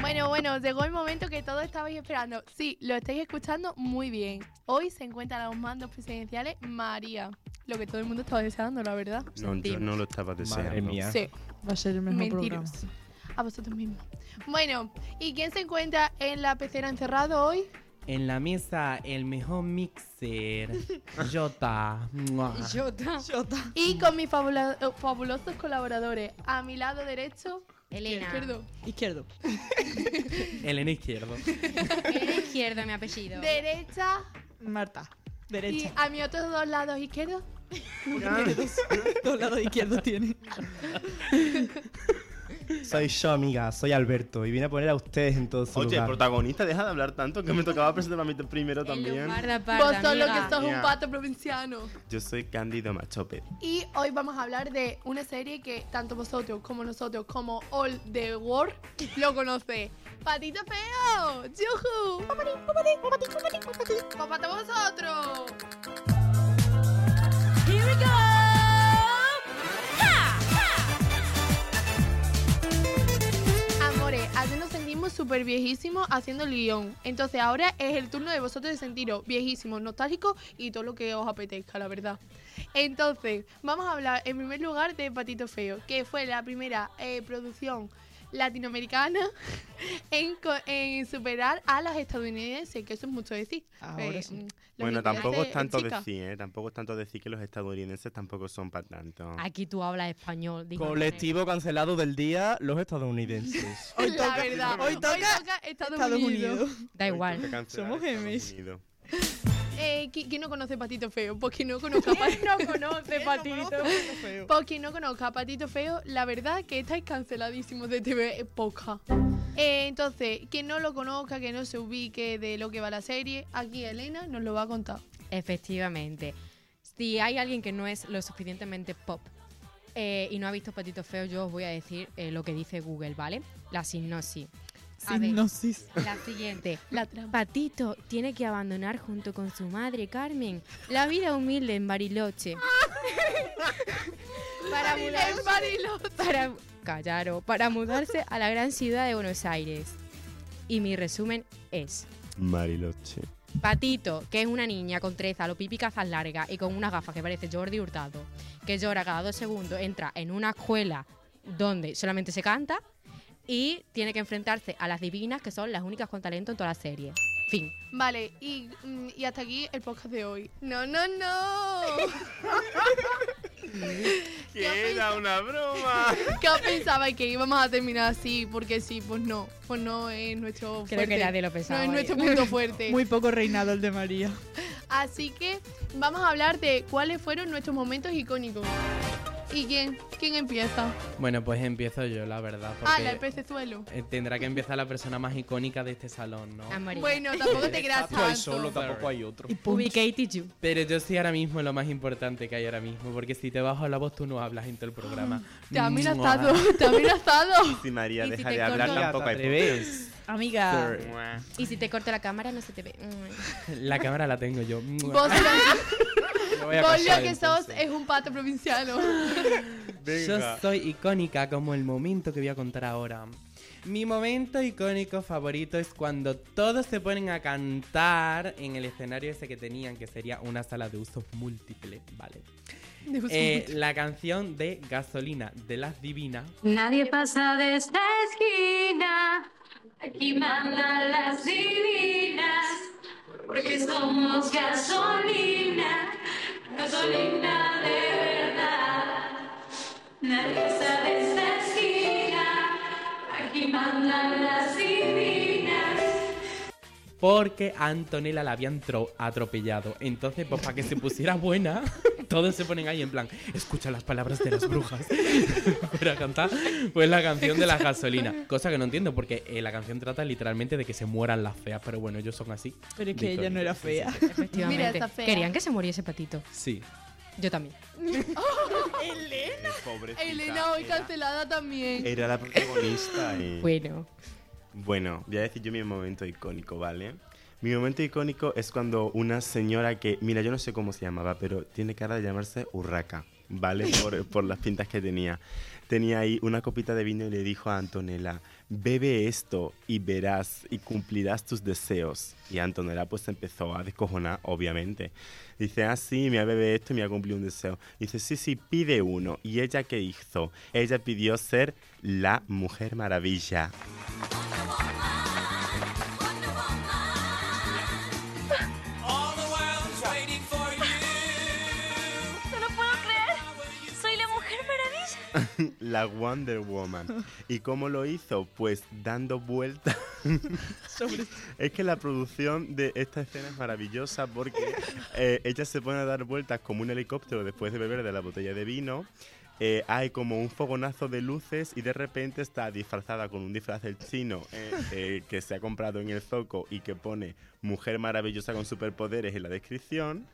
Bueno, bueno, llegó el momento que todos estabais esperando. Sí, lo estáis escuchando muy bien. Hoy se encuentra a los mandos presidenciales María. Lo que todo el mundo estaba deseando, la verdad. No, yo Sentimos. no lo estaba deseando. Madre mía. Sí, Va a ser el mejor mentiros. programa. A vosotros mismos. Bueno, ¿y quién se encuentra en la pecera encerrado hoy? En la mesa, el mejor mixer. Jota. Mua. Jota. Jota. Y con mis fabula- eh, fabulosos colaboradores. A mi lado derecho, Elena. perdón, Izquierdo. Elena Izquierdo. Elena Izquierdo, mi apellido. derecha Marta. y Derecha. a mis otros dos lados izquierdos. Tiene dos, dos lados izquierdos tiene. Soy yo, amiga, soy Alberto y vine a poner a ustedes en todo su Oye, lugar. protagonista, deja de hablar tanto que me tocaba presentarme a mí primero El también. Leoparda Parda, Vos sos lo amiga. que sos un Ya. pato provinciano. Yo soy Cándido Machope. Y hoy vamos a hablar de una serie que tanto vosotros como nosotros, como All the World, lo conoce. ¡Patito feo! ¡Yujú! ¡Papá todos vosotros! Here we go. Amores, ayer nos sentimos súper viejísimos haciendo el guión. Entonces ahora es el turno de vosotros de sentiros viejísimos, nostálgicos y todo lo que os apetezca, la verdad. Entonces, vamos a hablar en primer lugar de Patito Feo, que fue la primera eh, producción latinoamericana en, co- en superar a las estadounidenses, que eso es mucho decir. Ahora Eh, sí. mm, lo Bueno, que tampoco hace es tanto chica. decir, ¿eh? Tampoco es tanto decir que los estadounidenses tampoco son para tanto. Aquí tú hablas español. digo, Colectivo cancelado del día, los estadounidenses. Hoy La toca. verdad, Hoy toca Estados, Estados Unidos. Unidos. Da igual. Somos gemes. Eh, ¿qui- ¿Quién no conoce Patito Feo? Porque no conozca Patito no conoce Por quien no conozca a Patito Feo, la verdad que estáis canceladísimos de TV Poca. Eh, entonces, quien no lo conozca, que no se ubique de lo que va la serie, aquí Elena nos lo va a contar. Efectivamente. Si hay alguien que no es lo suficientemente pop eh, y no ha visto Patito Feo, yo os voy a decir eh, lo que dice Google, ¿vale? La sinopsis. A ver, Hipnosis. la siguiente. La trampa. Patito tiene que abandonar junto con su madre Carmen la vida humilde en Bariloche. para mudarse, para, callaro, para mudarse a la gran ciudad de Buenos Aires. Y mi resumen es Mariloche. Patito, que es una niña con treza, lo pipi cazas larga y con unas gafas que parece Jordi Hurtado, que llora cada dos segundos, entra en una escuela donde solamente se canta y tiene que enfrentarse a las divinas, que son las únicas con talento en toda la serie. Fin. Vale, y, mm, y hasta aquí el podcast de hoy. No, no, no. ¿Qué? Era una broma. ¿Qué os pensabais que íbamos a terminar así? Porque sí, pues no. Pues no es nuestro Creo fuerte. que nadie lo No pensaba. es vaya. nuestro punto fuerte. Muy poco reinado el de María. Así que vamos a hablar de cuáles fueron nuestros momentos icónicos. ¿Y quién? ¿Quién empieza? Bueno, pues empiezo yo, la verdad. Ah, la el Porque pecezuelo. eh, tendrá que empezar la persona más icónica de este salón, ¿no? Amarilla. Bueno, tampoco te creas Tampoco hay tanto. solo, tampoco hay otro. Ubicated you. Pero yo soy ahora mismo lo más importante que hay ahora mismo, porque si te bajo la voz tú no hablas en todo el programa. Te ha Mua. amenazado, te ha amenazado. Si María Y si deja te de hablar corto- tampoco hay... Amiga. Y si te corto la cámara no se te ve. Mm. La cámara la tengo yo. Mua. Vos lo, Me voy a vos lo callar, que entonces. sos es un pato provinciano. Yo soy icónica como el momento que voy a contar ahora. Mi momento icónico favorito es cuando todos se ponen a cantar en el escenario ese que tenían, que sería una sala de usos múltiple, ¿vale? Eh, la canción de Gasolina de las Divinas. Nadie pasa de esta esquina, aquí mandan las divinas, porque somos gasolina, gasolina de verdad. Nadie pasa de esta esquina, aquí mandan las divinas. Porque a Antonella la habían tro- atropellado. Entonces, pues para que se pusiera buena, todos se ponen ahí en plan, escucha las palabras de las brujas. Para cantar, pues la canción de la gasolina. Cosa que no entiendo, porque eh, la canción trata literalmente de que se mueran las feas. Pero bueno, ellos son así. Pero es que ella no era fea. Efectivamente. Mira, está fea. Querían que se muriese patito. Sí. Yo también. Pobrecita. Elena hoy Era- cancelada Eh. también. Era la protagonista. eh. Bueno. Bueno, voy a decir yo mi momento icónico, ¿vale? Mi momento icónico es cuando una señora que, mira, yo no sé cómo se llamaba, pero tiene cara de llamarse Urraca, ¿vale? Por, por las pintas que tenía. tenía ahí una copita de vino y le dijo a Antonella, bebe esto y verás y cumplirás tus deseos. Y Antonella pues empezó a descojonar, obviamente. Dice, ah, sí, me ha bebido esto y me ha cumplido un deseo. Dice, sí, sí, pide uno. ¿Y ella qué hizo? Ella pidió ser la Mujer Maravilla. No lo puedo creer. Soy la mujer maravilla. la Wonder Woman. ¿Y cómo lo hizo? Pues dando vueltas. es que la producción de esta escena es maravillosa porque eh, ella se pone a dar vueltas como un helicóptero después de beber de la botella de vino. Eh, hay como un fogonazo de luces y de repente está disfrazada con un disfraz del chino eh, eh, que se ha comprado en el zoco y que pone mujer maravillosa con superpoderes en la descripción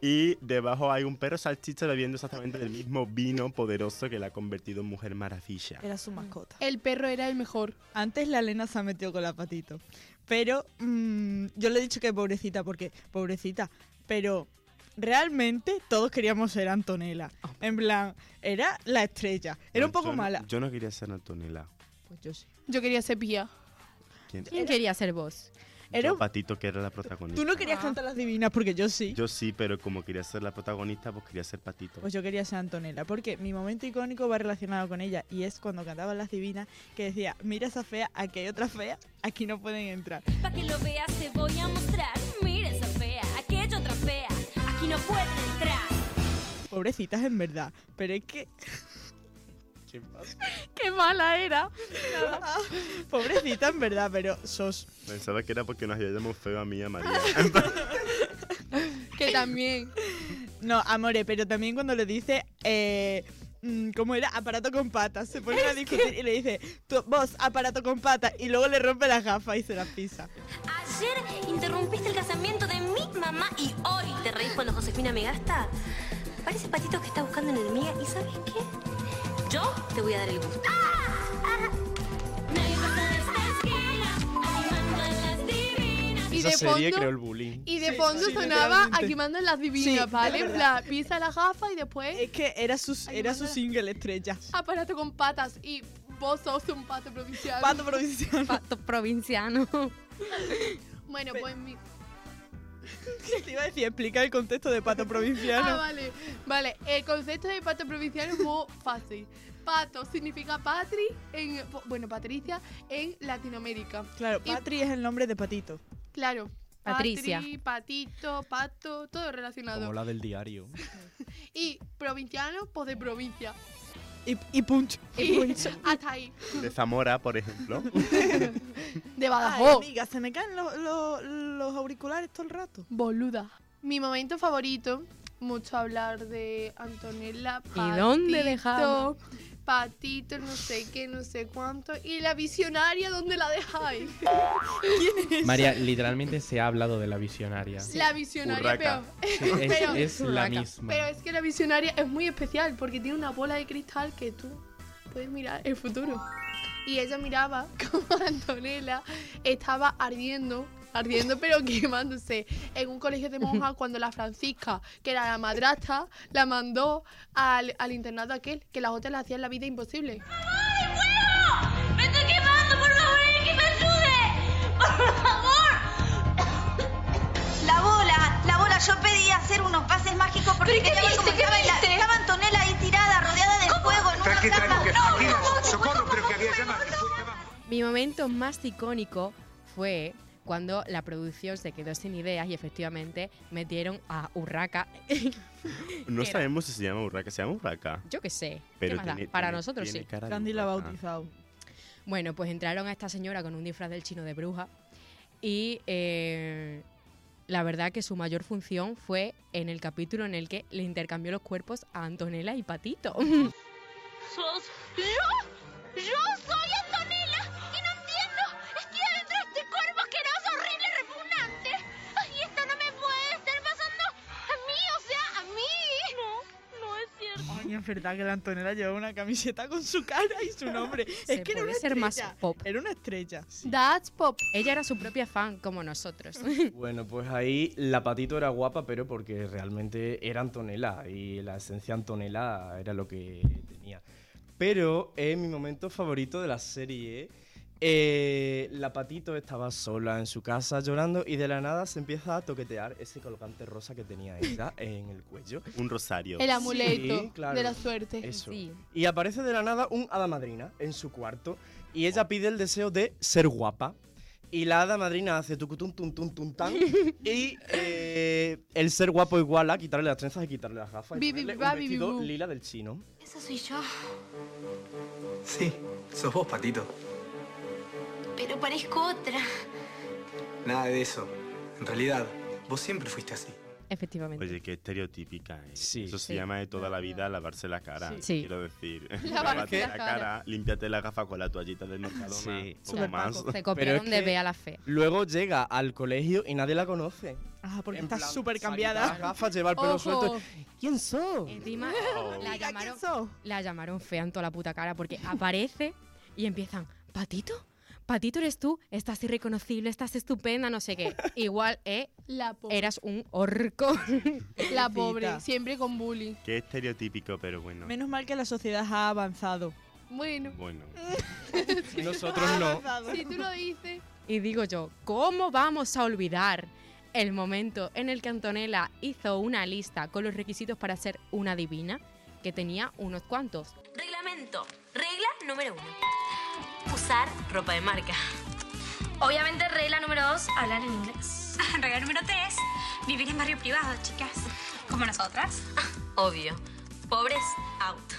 y debajo hay un perro salchicha bebiendo exactamente del mismo vino poderoso que la ha convertido en mujer maravilla. Era su mascota. El perro era el mejor. Antes la Elena se ha metido con la patito. Pero mm, yo le he dicho que pobrecita, porque pobrecita. Pero realmente todos queríamos ser Antonella. En plan, era la estrella. Era un Yo poco no- mala. Yo no quería ser Antonella. Pues yo sí. Yo quería ser pía. ¿Quién? ¿Quién quería ser vos? Era Yo, un- Patito, que era la protagonista. Tú no querías cantar las divinas porque yo sí. Yo sí, pero como quería ser la protagonista, pues quería ser Patito. Pues yo quería ser Antonella, porque mi momento icónico va relacionado con ella y es cuando cantaba Las Divinas que decía, mira esa fea, aquí hay otra fea, aquí no pueden entrar. Para que lo veas te voy a mostrar. Mira esa fea, aquella otra fea. Aquí no puede entrar. Pobrecitas en verdad, pero es que, ¡Qué mala era! pobrecitas en verdad, pero sos... Pensaba que era porque nos llamado feo a mí y a María. Que también. No, amore, pero también cuando le dice, eh, mm, ¿cómo era? Aparato con patas, se ponen a discutir y le dice, "Tú- vos, aparato con patas, y luego le rompe las gafas y se las pisa. Ayer interrumpiste el casamiento de mi mamá y hoy te reís cuando Josefina me gasta. Parece patito que está buscando en el mía y ¿sabes qué? Yo te voy a dar el gusto. ¡Ah! Nadie pasa de esta esquina, aquí mandan las divinas. Y Esa de serie creó el fondo, bullying. y de Sí, fondo sí, sonaba literalmente. Aquí mandan las divinas, Sí, ¿vale? es En verdad. plan, pisa la gafa y después Es que era su, Ay, era su manda- single estrella. aparato con patas y vos sos un pato provincial. Pato provincial. Pato provinciano. Bueno, pues mi... Te iba a decir, explica el contexto de pato Ah, provinciano. vale. Vale, el concepto de pato provincial es muy fácil. Pato significa patri en... Bueno, patricia en Latinoamérica. Claro, Y- Patri es el nombre de Patito. Claro. Patricia. Patri, patito, pato, todo relacionado. Como la del diario. Y provinciano, pues de provincia. Y, y Punch. Y hasta ahí. De Zamora, por ejemplo. De Ay, Badajoz. amiga, se me caen los, los- los auriculares todo el rato. Boluda. Mi momento favorito, mucho hablar de Antonella Patito, ¿Y dónde dejamos? Patito, no sé qué, no sé cuánto. Y la visionaria, ¿dónde la dejáis? María, literalmente se ha hablado de la visionaria. La visionaria Urraca. peor. Sí, es, pero- es la Urraca. misma. Pero es que la visionaria es muy especial porque tiene una bola de cristal que tú puedes mirar el futuro. Y ella miraba como Antonella estaba ardiendo, ardiendo pero quemándose en un colegio de monjas cuando la Francisca, que era la madrastra, la mandó al, al internado aquel, que las otras le hacían la vida imposible. ¡Fuego! ¡Me estoy quemando! ¡Por favor, alguien que me ayude! ¡Por favor! La bola, la bola, yo pedí hacer unos pases mágicos porque ¿Pero y qué quería ver viste? cómo ¿Qué estaba en la- viste? Estaba Antonella ahí tirada, rodeada de fuego en una Tranqui, cama. tranqui, que No, Martina, no, no, socorro, pero que había llamas, que fue llamas. Mi momento más icónico fue cuando la producción se quedó sin ideas y efectivamente metieron a Urraca. No Era. sabemos si se llama Urraca. ¿Se llama Urraca? Yo qué sé. Pero ¿Qué más da? tiene- Para tiene- nosotros tiene sí. cara de Candy la ha Urraca. bautizado. Bueno, pues entraron a esta señora con un disfraz del chino de bruja y eh, la verdad que su mayor función fue en el capítulo en el que le intercambió los cuerpos a Antonella y Patito. ¿Sos yo? ¡Yo soy Antonella! ¡Y no entiendo! ¡Estoy adentro de este cuerpo asqueroso, horrible, repugnante! ¡Ay, esto no me puede estar pasando a mí, o sea, a mí! No, no es cierto. Ay, es verdad que la Antonella llevaba una camiseta con su cara y su nombre. Se es que era puede una ser más estrella. pop. Era una estrella. That's pop. Ella era su propia fan, como nosotros. Bueno, pues ahí la patito era guapa, pero porque realmente era Antonella y la esencia Antonella era lo que tenía. pero eh, es mi momento favorito de la serie. Eh, la patito estaba sola en su casa llorando y de la nada se empieza a toquetear ese colgante rosa que tenía ella en el cuello. Un rosario. El amuleto Sí, claro. de la suerte. Eso. Sí. Y aparece de la nada un hada madrina en su cuarto y ella pide el deseo de ser guapa. Y la hada madrina hace tucutun tun tun tun tan y eh, el ser guapo igual a quitarle las trenzas y quitarle las gafas. Y Bibi ponerle un ba, bibi vestido bu. lila del chino. Esa soy yo. Sí, sos vos, patito. Pero parezco otra. Nada de eso. En realidad, vos siempre fuiste así. Efectivamente. Oye, qué estereotípica es. Sí. Eso se Sí. llama de toda la vida lavarse la cara. Sí. Quiero decir, Lavarse la la cara. cara, límpiate la gafa con la toallita del Mercadona. Sí. poco más. Se copiaron es de que- Bea la Fe. Luego llega al colegio y nadie la conoce. Ah, porque En está plan, súper se ha quitado Las cambiada. gafas, lleva el pelo Ojo. suelto. ¿Quién sos? Encima Oh. la, Mira, llamaron, ¿quién sos? la llamaron fea en toda la puta cara porque aparece y empiezan, Patito, Patito eres tú, estás irreconocible, estás estupenda, no sé qué. Igual, eh, La pobre. eras un orco. La pobre. Pobrecita. Siempre con bullying. Qué estereotípico, pero bueno. Menos mal que la sociedad ha avanzado. Bueno, Bueno. Y nosotros no. si tú lo dices. Y digo yo, ¿cómo vamos a olvidar el momento en el que Antonella hizo una lista con los requisitos para ser una divina? Que tenía unos cuantos. Reglamento. Regla número uno. Usar ropa de marca. Obviamente, regla número dos, hablar en inglés. regla número tres, vivir en barrio privado, chicas. Como nosotras. Obvio. Pobres, out.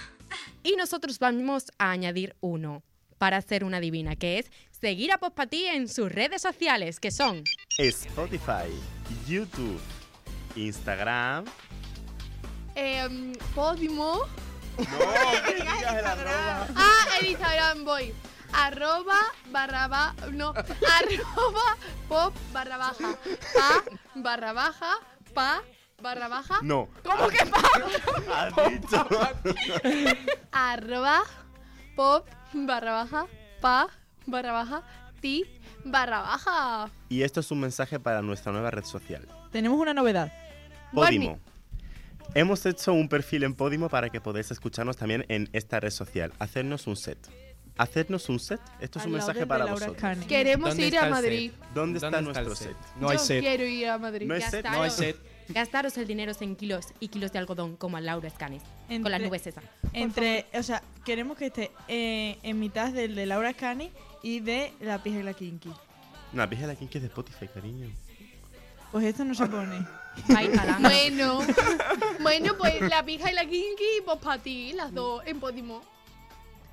Y nosotros vamos a añadir uno para ser una divina, que es seguir a Pospatí en sus redes sociales, que son Spotify, YouTube, Instagram. Eh, Podimo. No, que digas el arroba. Ah, el Instagram voy. Arroba barra baja. No. Arroba pop barra baja. Pa barra baja. Pa barra Ah. baja. No. ¿Cómo que pa? Has dicho. Arroba pop barra baja. Pa barra baja. Ti barra baja. Y esto es un mensaje para nuestra nueva red social. Tenemos una novedad. Podimo. Hemos hecho un perfil en Podimo para que podáis escucharnos también en esta red social. Hacernos un set. Hacernos un set. Esto es Al un lado mensaje del de para Laura vosotros. Mm, Carney. Queremos ¿Dónde ir está a el Madrid. set? ¿Dónde está el nuestro set? set? No hay Yo set. quiero ir a Madrid. No hay set, gastaros, No hay set. gastaros el dinero en kilos y kilos de algodón como a Laura Scanes, con Entre- las nubes esas. Entre, o sea, queremos que esté eh, en mitad del de Laura Cani y de la pija y la kinky. No, fíjate aquí que es de Spotify, cariño. Pues esto no se pone. Vais jalando. Bueno, bueno, pues la pija y la kinky, pues para ti, las dos en Podimo.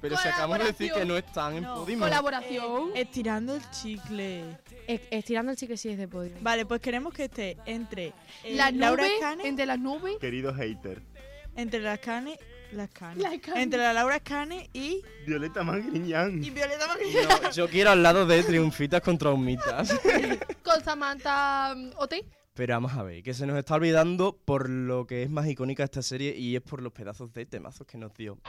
Pero si acabamos de decir Colaboración. que no están en No, Podimo. Colaboración. Eh, estirando el chicle. E- Estirando el chicle sí es de podio. Vale, pues queremos que esté entre eh, la Laura nube, Cani, entre las nubes. Querido hater. entre las Cani, las Cani. Las Cani. Entre la Laura Cani y, Violeta Magriñán. y Violeta Magriñán. No, yo quiero al lado de Triunfitas contra Humitas. Con Samantha mm, Ote. Pero vamos a ver, que se nos está olvidando por lo que es más icónica esta serie y es por los pedazos de temazos que nos dio.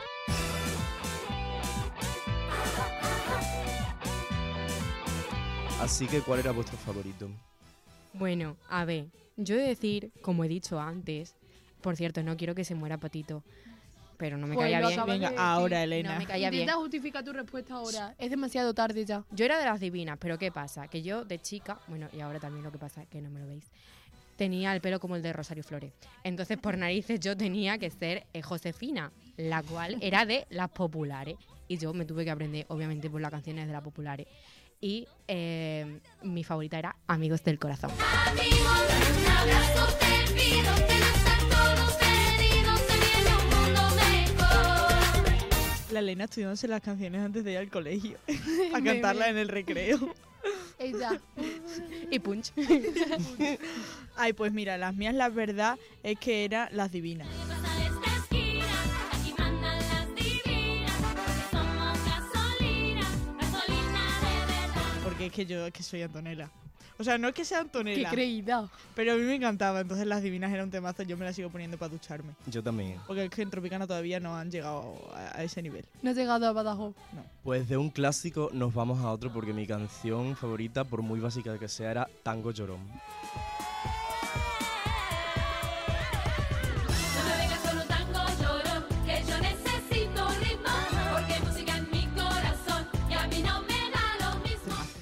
Así que, ¿cuál era vuestro favorito? Bueno, a ver, yo he de decir, como he dicho antes, por cierto, no quiero que se muera Patito, pero no me Pues lo caía bien. acabas de Venga, decir. ahora No Elena. me caía bien. Intenta justificar tu respuesta ahora. Es demasiado tarde ya. Yo era de las divinas, pero ¿qué pasa? Que yo de chica, bueno, y ahora también lo que pasa es que no me lo veis, tenía el pelo como el de Rosario Flores. Entonces, por narices, yo tenía que ser eh, Josefina, la cual era de las populares. Y yo me tuve que aprender, obviamente, por las canciones de las populares. Y eh, mi favorita era Amigos del Corazón. Amigos, un abrazo te pido, que no están todos perdidos, se viene un mundo mejor. La Elena estudiándose las canciones antes de ir al colegio. a cantarla en el recreo. Ella. Y Punch. Ay, pues mira, las mías, la verdad, es que eran las divinas. Pasa de esta esquina, aquí mandan las divinas, porque somos gasolina, gasolina de verdad. Porque es que yo es que soy Antonella. O sea, no es que sea Qué Antonella, creída. pero a mí me encantaba. Entonces las divinas eran un temazo, yo me las sigo poniendo para ducharme. Yo también. Porque es que en Tropicana todavía no han llegado a, a ese nivel. No has llegado a Badajoz. Pues de un clásico nos vamos a otro porque mi canción favorita, por muy básica que sea, era Tango Llorón. No me vengas con un tango llorón, que yo necesito un ritmo, porque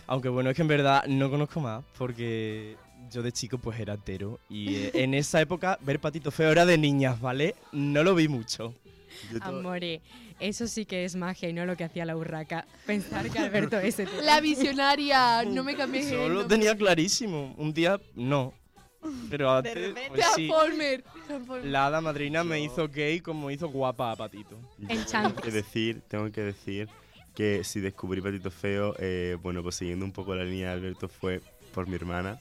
Aunque bueno, es que en verdad no conozco más porque yo de chico pues era hetero. Y eh, en esa época ver Patito Feo era de niñas, ¿vale? No lo vi mucho. Yo to- Amore, eso sí que es magia y no lo que hacía la urraca. Pensar que Alberto es hetero. La visionaria, Ah, no me cambies el Yo lo nombre. tenía clarísimo. Un día no. Pero antes, pues sí. Transformer. Transformer. La hada madrina me hizo gay como hizo guapa a Patito. El Tengo chantes. que decir, tengo que decir que si descubrí Patito Feo, eh, bueno, pues siguiendo un poco la línea de Alberto fue por mi hermana,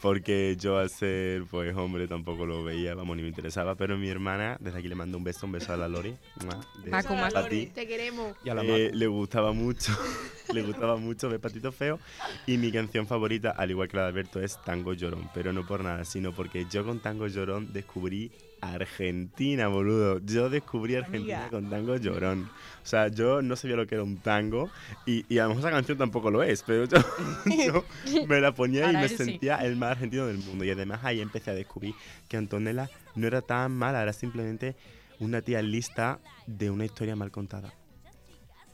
porque yo al ser, pues hombre, tampoco lo veía, vamos, ni me interesaba, pero mi hermana, desde aquí le mando un beso, un beso a la Lori, mua, de- Macu, pa' macu. ti. Te queremos. Y a la Eh, Macu. le gustaba mucho, le gustaba mucho ver Patito Feo y mi canción favorita, al igual que la de Alberto, es Tango Llorón, pero no por nada, sino porque yo con Tango Llorón descubrí Argentina, boludo. Yo descubrí Argentina Amiga. con Tango Llorón. O sea, yo no sabía lo que era un tango y, y a lo mejor esa canción tampoco lo es, pero yo, yo me la ponía y Para me él sí. sentía el más argentino del mundo. Y además ahí empecé a descubrir que Antonella no era tan mala, era simplemente una tía lista de una historia mal contada.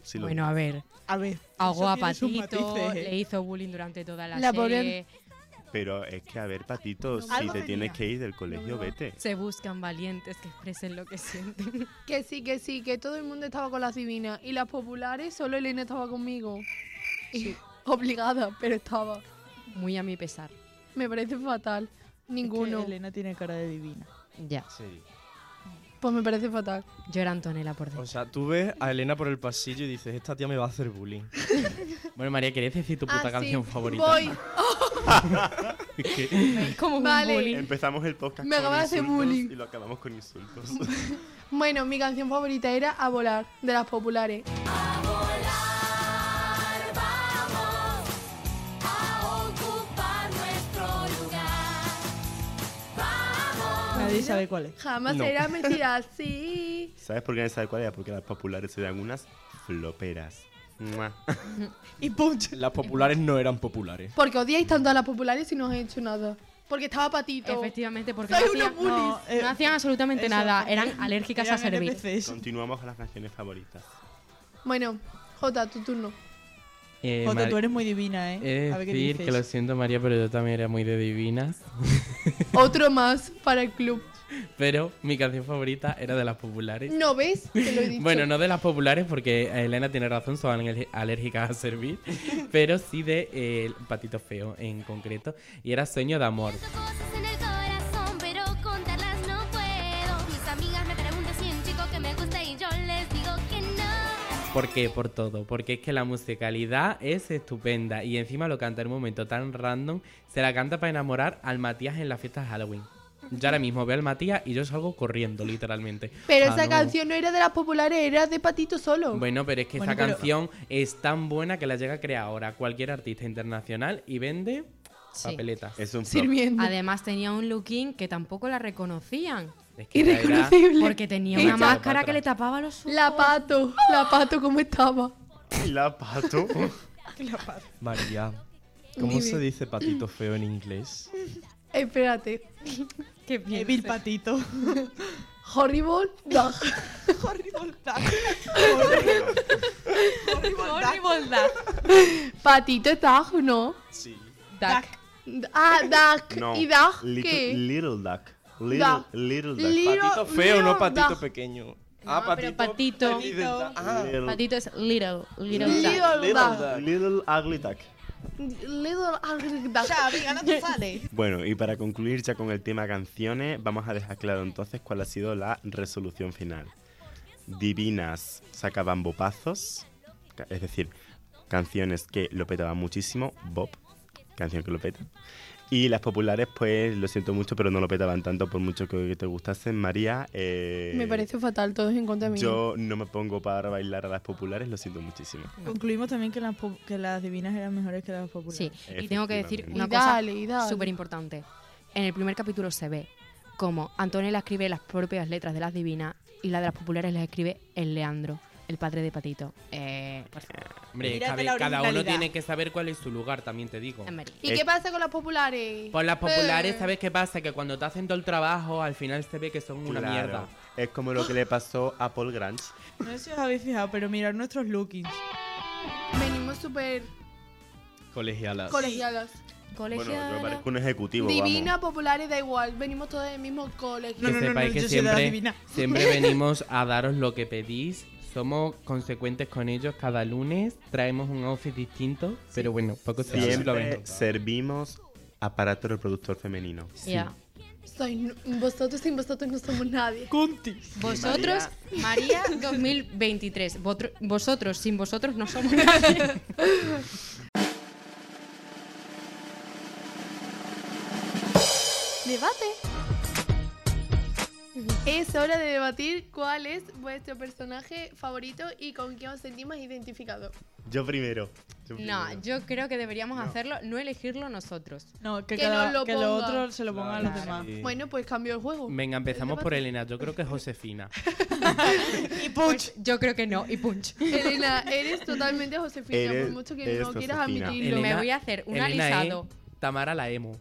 Sí lo Bueno, a ver. A ver. Ahogó eso a tiene sus Patito, matices, ¿eh? le hizo bullying durante toda la, La pobre- serie. Pero es que, a ver, Patito, si Algo te tenía. tienes que ir del colegio, vete. Se buscan valientes que expresen lo que sienten. Que sí, que sí, que todo el mundo estaba con las divinas. Y las populares, solo Elena estaba conmigo. Y- obligada, pero estaba. Muy a mi pesar. Me parece fatal. Ninguno. Es que Elena tiene cara de divina. Ya. Sí. Pues me parece fatal. Yo era Antonella por dentro. O sea, tú ves a Elena por el pasillo y dices, esta tía me va a hacer bullying. Bueno, María, ¿querías decir tu puta Así canción favorita? Ah, Voy. Como un Vale. bullying. Empezamos el podcast Me con acabas de hacer insultos bullying. y lo acabamos con insultos. Bueno, mi canción favorita era A Volar, de las populares. Nadie sabe cuál es. Jamás No. será mentira así. ¿Sabes por qué no sabes cuál era? Porque las populares eran unas floperas. Mua. Y punch. Las populares no eran populares. Porque odiáis tanto a las populares y no os he hecho nada. Porque estaba patito. Efectivamente, porque no Soy una hacían, bully. No, eh, no hacían absolutamente eso, nada. porque Eran alérgicas a eran servir. NPCs. Continuamos con las canciones favoritas. Bueno, Jota, tu turno. Eh, Jota, Mar- tú eres muy divina, ¿eh? He A de ver qué decir dices. que lo siento, María, pero yo también era muy de divinas. Otro más para el club. Pero mi canción favorita era de las populares. ¿No ves? Te lo he dicho. Bueno, no de las populares, porque eh, Elena tiene razón, son aler- alérgicas a servir. pero sí de eh, el Patito Feo en concreto. Y era Sueño de Amor. cosas en el corazón, pero contarlas no puedo. Mis amigas me preguntan si hay un chico que me gusta y yo les digo que no. ¿Por qué? Por todo. Porque es que la musicalidad es estupenda. Y encima lo canta en un momento tan random. Se la canta para enamorar al Matías en la fiesta de Halloween. Yo ahora mismo veo al Matías y yo salgo corriendo, literalmente. Pero Ah, esa no. canción no era de las populares, era de Patito solo. Bueno, pero es que Bueno, esa pero- canción es tan buena que la llega a crear ahora cualquier artista internacional y vende Sí. papeletas. Es un flop. sirviendo. Además, tenía un looking que tampoco la reconocían. Es que esa era- Irreconocible. Porque tenía Y una ya- máscara Cleopatra. que le tapaba los ojos. La pato, la pato, ¿cómo estaba? Ay, La pato. María, ¿cómo se Dime. dice patito feo en inglés? Espérate. Qué bien. Evil Patito. Horrible dog. Horrible Horrible duck. Patito está, ¿no? Sí. Duck. Ah, duck. No. ¿Y duck Little, qué? little duck. Little, Duck. little duck. Li- Patito feo, no Leo patito da- pequeño. No, pero patito- feliz de- Ah, Little- Patito es little, little Little duck. little duck. duck. little ugly duck. Little ugly duck. venga, no te sale. Bueno, y para concluir ya con el tema canciones, vamos a dejar claro entonces cuál ha sido la resolución final. Divinas sacaban bopazos, ca- es decir, canciones que lo petaban muchísimo, bop, canción que lo peta. Y las populares, pues lo siento mucho, pero no lo petaban tanto por mucho que te gustasen. María, eh, Me parece fatal, todos en contra mí. yo no me pongo para bailar a las populares, lo siento muchísimo. Concluimos también que las, po- que las divinas eran mejores que las populares. Sí, y tengo que decir Efectivamente. una Y cosa dale, y dale. súper importante. En el primer capítulo se ve cómo Antonella escribe las propias letras de las divinas y las de las populares las escribe el Leandro, el padre de Patito. Eh, por favor, Hombre, Mírate cabe- la cada uno originalidad. tiene que saber cuál es su lugar, también te digo. Emery. ¿Y qué pasa con las populares? Por las populares, Eh. ¿sabes qué pasa? Que cuando te hacen todo el trabajo, al final se ve que son una Claro. mierda. Es como lo que le pasó a Paul Grange. No sé si os habéis fijado, pero mirad nuestros lookings. Venimos súper Colegialas. Colegialas. Bueno, yo parezco un ejecutivo, Divina, populares, da igual. Venimos todos del mismo colegio. que sepáis que yo soy de la siempre, divina. siempre venimos a daros lo que pedís. Somos consecuentes con ellos cada lunes. Traemos un outfit distinto. Pero bueno, poco se vamos. hace, lo ven. Siempre servimos aparato reproductor femenino. Ya. Soy n- vosotros sin vosotros no somos nadie. Vosotros, María 2023. Votro- vosotros, sin vosotros no somos nadie. ¡Debate! Es hora de debatir cuál es vuestro personaje favorito y con quién os sentís más identificado. Yo primero. Yo No, primero. yo creo que deberíamos hacerlo, no elegirlo nosotros. No, que, Que cada- nos lo que lo ponga. otro se lo pongan a los demás. Sí. Bueno, pues cambio el juego. Venga, empezamos por debate. Elena. Yo creo que es Josefina. Y Pues, punch. Yo creo que no, y punch. Elena, eres totalmente Josefina, Eres- por mucho que eres no quieras Josefina. admitirlo. Elena- Me voy a hacer un Elena ¿eh? es alisado. Tamara la emo.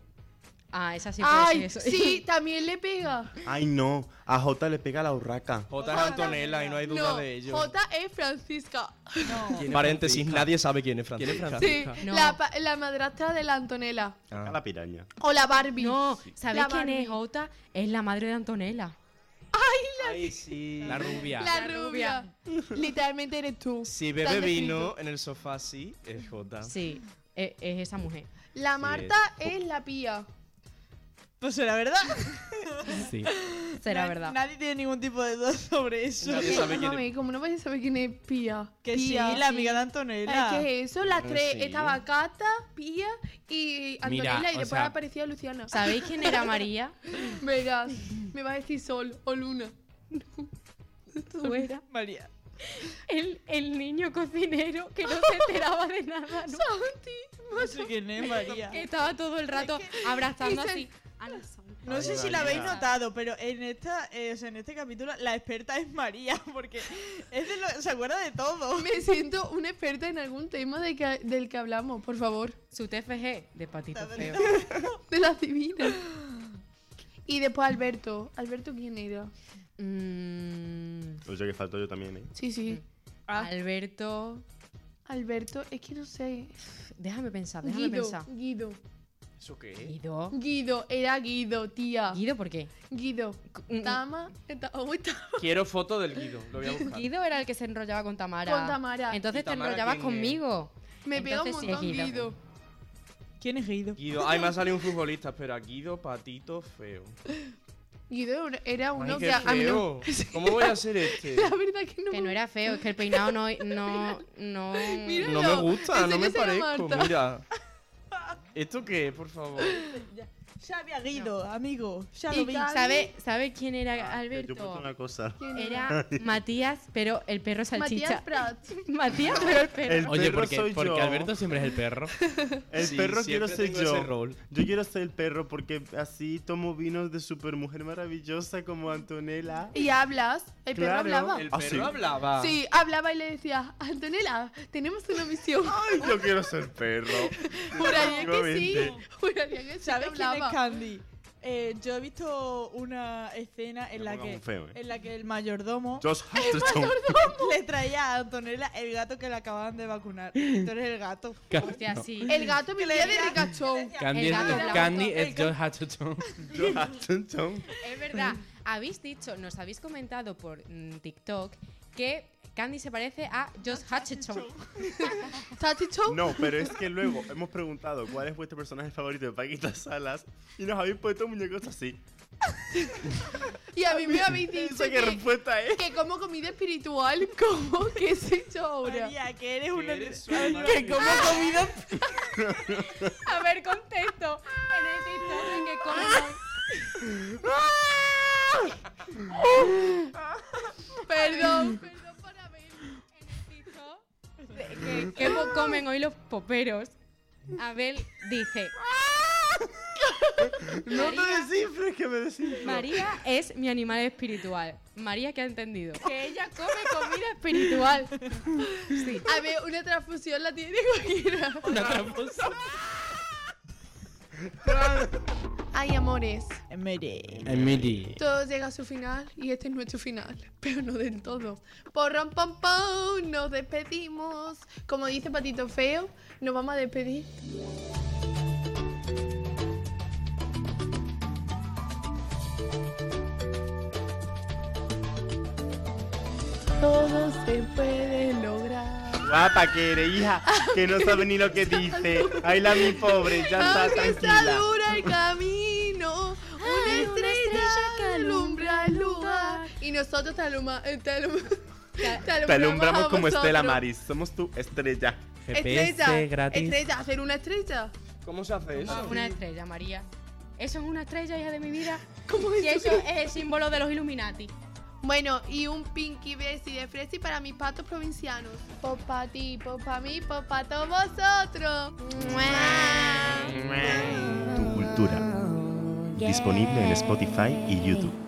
Ah, esa sí puede Ay, ser eso. sí, también le pega. Ay, no. A Jota le pega la urraca. J es Antonella y no hay duda No, de ello. J es Francisca. Paréntesis, nadie sabe quién es ¿Quién es Francisca. Sí, Francisca? No. la, pa- la madrastra de la Antonella. Ah. A la piraña. O la Barbie. No, ¿sabéis La quién es Barbie. Jota? Es la madre de Antonella. Ay, sí. La rubia. La, La rubia. Literalmente eres tú. Si Tan bebe descrito. vino en el sofá, sí, es J. Sí, e- es, esa mujer. La Marta es la pía. Pues la verdad. Sí. Será na- verdad. Nadie tiene ningún tipo de duda sobre eso. Nadie Eh, sabe quién es. mami, ¿cómo no vais a saber quién es pía? Que sí, Pía. la amiga de Ay, Antonella. ¿Qué es eso? Las Ah, tres. sí. Estaba Cata, Pía y Antonella. Mira, y o después sea- aparecía Luciana. ¿Sabéis quién era María? Verás, me vas a decir sol o luna. Tú era María. el, el niño cocinero que no se enteraba de nada, ¿no? No sé quién es María. Que estaba todo el rato abrazando así. a la Sol. No sé si la habéis notado, pero en esta, eh, o sea, en este capítulo la experta es María, porque es de lo- se acuerda de todo. Me siento una experta en algún tema de que- del que hablamos, por favor. Su TFG de patito feo. De las divinas. Y después Alberto. ¿Alberto quién era? Mm, O sea que falto yo también, ¿eh? Sí, sí. Ah. Alberto. Alberto, es que no sé. Déjame pensar, Ah, déjame Guido, pensar. Guido. ¿Eso qué es? Guido. Guido, era Guido, tía. ¿Guido por qué? Guido. Mm, Tama. está- oh, está- Quiero foto del Guido, lo voy a buscar. mm, Guido era el que se enrollaba con Tamara. Con Tamara. Entonces ¿Y Tamara te enrollabas quién es? conmigo. Me pega un Entonces sí es montón Guido. Guido. ¿Quién es Guido? Guido, ay, me ha salido un futbolista, espera, Guido Patito Feo. Guido era Ay, uno qué que a- a mí no- feo. ¿Cómo voy a ser este? La verdad que no. Que no me- era feo, es que el peinado no. Mira. no, no... No me Míralo, gusta, ese no que me se llama parezco, Marta. mira. ¿Esto qué es, por favor? Xavi a Guido, amigo. Ya Y lo vi. Gaby. ¿Sabe, ¿Sabe quién era Ah, Yo he puesto Alberto? una cosa. ¿Quién Era Matías, pero el perro Matías salchicha. Prats. Matías, pero el perro. El Oye, perro ¿por qué? soy porque yo. Alberto siempre es el perro. El Sí, perro quiero siempre ser tengo ese yo. rol. Yo quiero ser el perro porque así tomo vinos de supermujer maravillosa como Antonella. Y hablas. El Claro, perro hablaba. El Ah, perro sí. hablaba. Sí, hablaba y le decía, Antonella, tenemos una misión. Ay, yo quiero ser perro. Juraría que sí. Efectivamente. Juraría que sí. ¿Sabes que quién es hablaba. Candy? Eh, yo he visto una escena en No la pongas que un feo, eh. en la que el mayordomo Just have to stop. le traía a Antonella el gato que le acababan de vacunar. Entonces el gato. Hostia, sí. El gato vivía de ricachón. Candy, El es, gato blanco, Candy el es gato. George Hutcherson. Just have to stop. Es verdad. Habéis dicho, nos habéis comentado por mm, TikTok que Candy se parece a Josh Hutcherson. Chachichón. No, pero es que luego hemos preguntado cuál es vuestro personaje favorito de Paquita Salas y nos habéis puesto muñecos así. Y a mí me habéis No dicho sé qué que, respuesta es. que como comida espiritual, como que sé yo ahora. María, que eres una eres una que como comida A ver, contesto. En el TikTok en que comen. Perdón, perdón por haber. ¿Qué, qué po- comen hoy los poperos? Abel dice, No te descifres que me descifres. María es mi animal espiritual. María que ha entendido que ella come comida espiritual. Sí. A ver, una transfusión la tiene cualquiera. Una tramposa. Ay, amores. Mere. Todo llega a su final y este es nuestro final, pero no del todo. Porrón, pom, pom, nos despedimos. Como dice Patito Feo, nos vamos a despedir. Todo se puede lograr. Guapa que eres, hija, que no sabe ni lo que dice. Ay, la mi pobre, ya está Aunque Ah, está tranquila. duro el camino, Ah, una estrella que alumbra el lugar. Y nosotros te, aluma, eh, te, alum- Te alumbramos a como Estela vosotros. Maris, somos tu estrella. Estrella, GPS gratis. estrella, hacer una estrella. ¿Cómo se hace eso? Una estrella, María. Eso es una estrella, hija de mi vida. Y eso es el símbolo de los Illuminati. Bueno, y un Pinky Bessie de Fresi para mis patos provincianos. Pop pa' ti, pop pa' mí, pop pa' todos vosotros. Tu cultura. Disponible en Spotify y YouTube.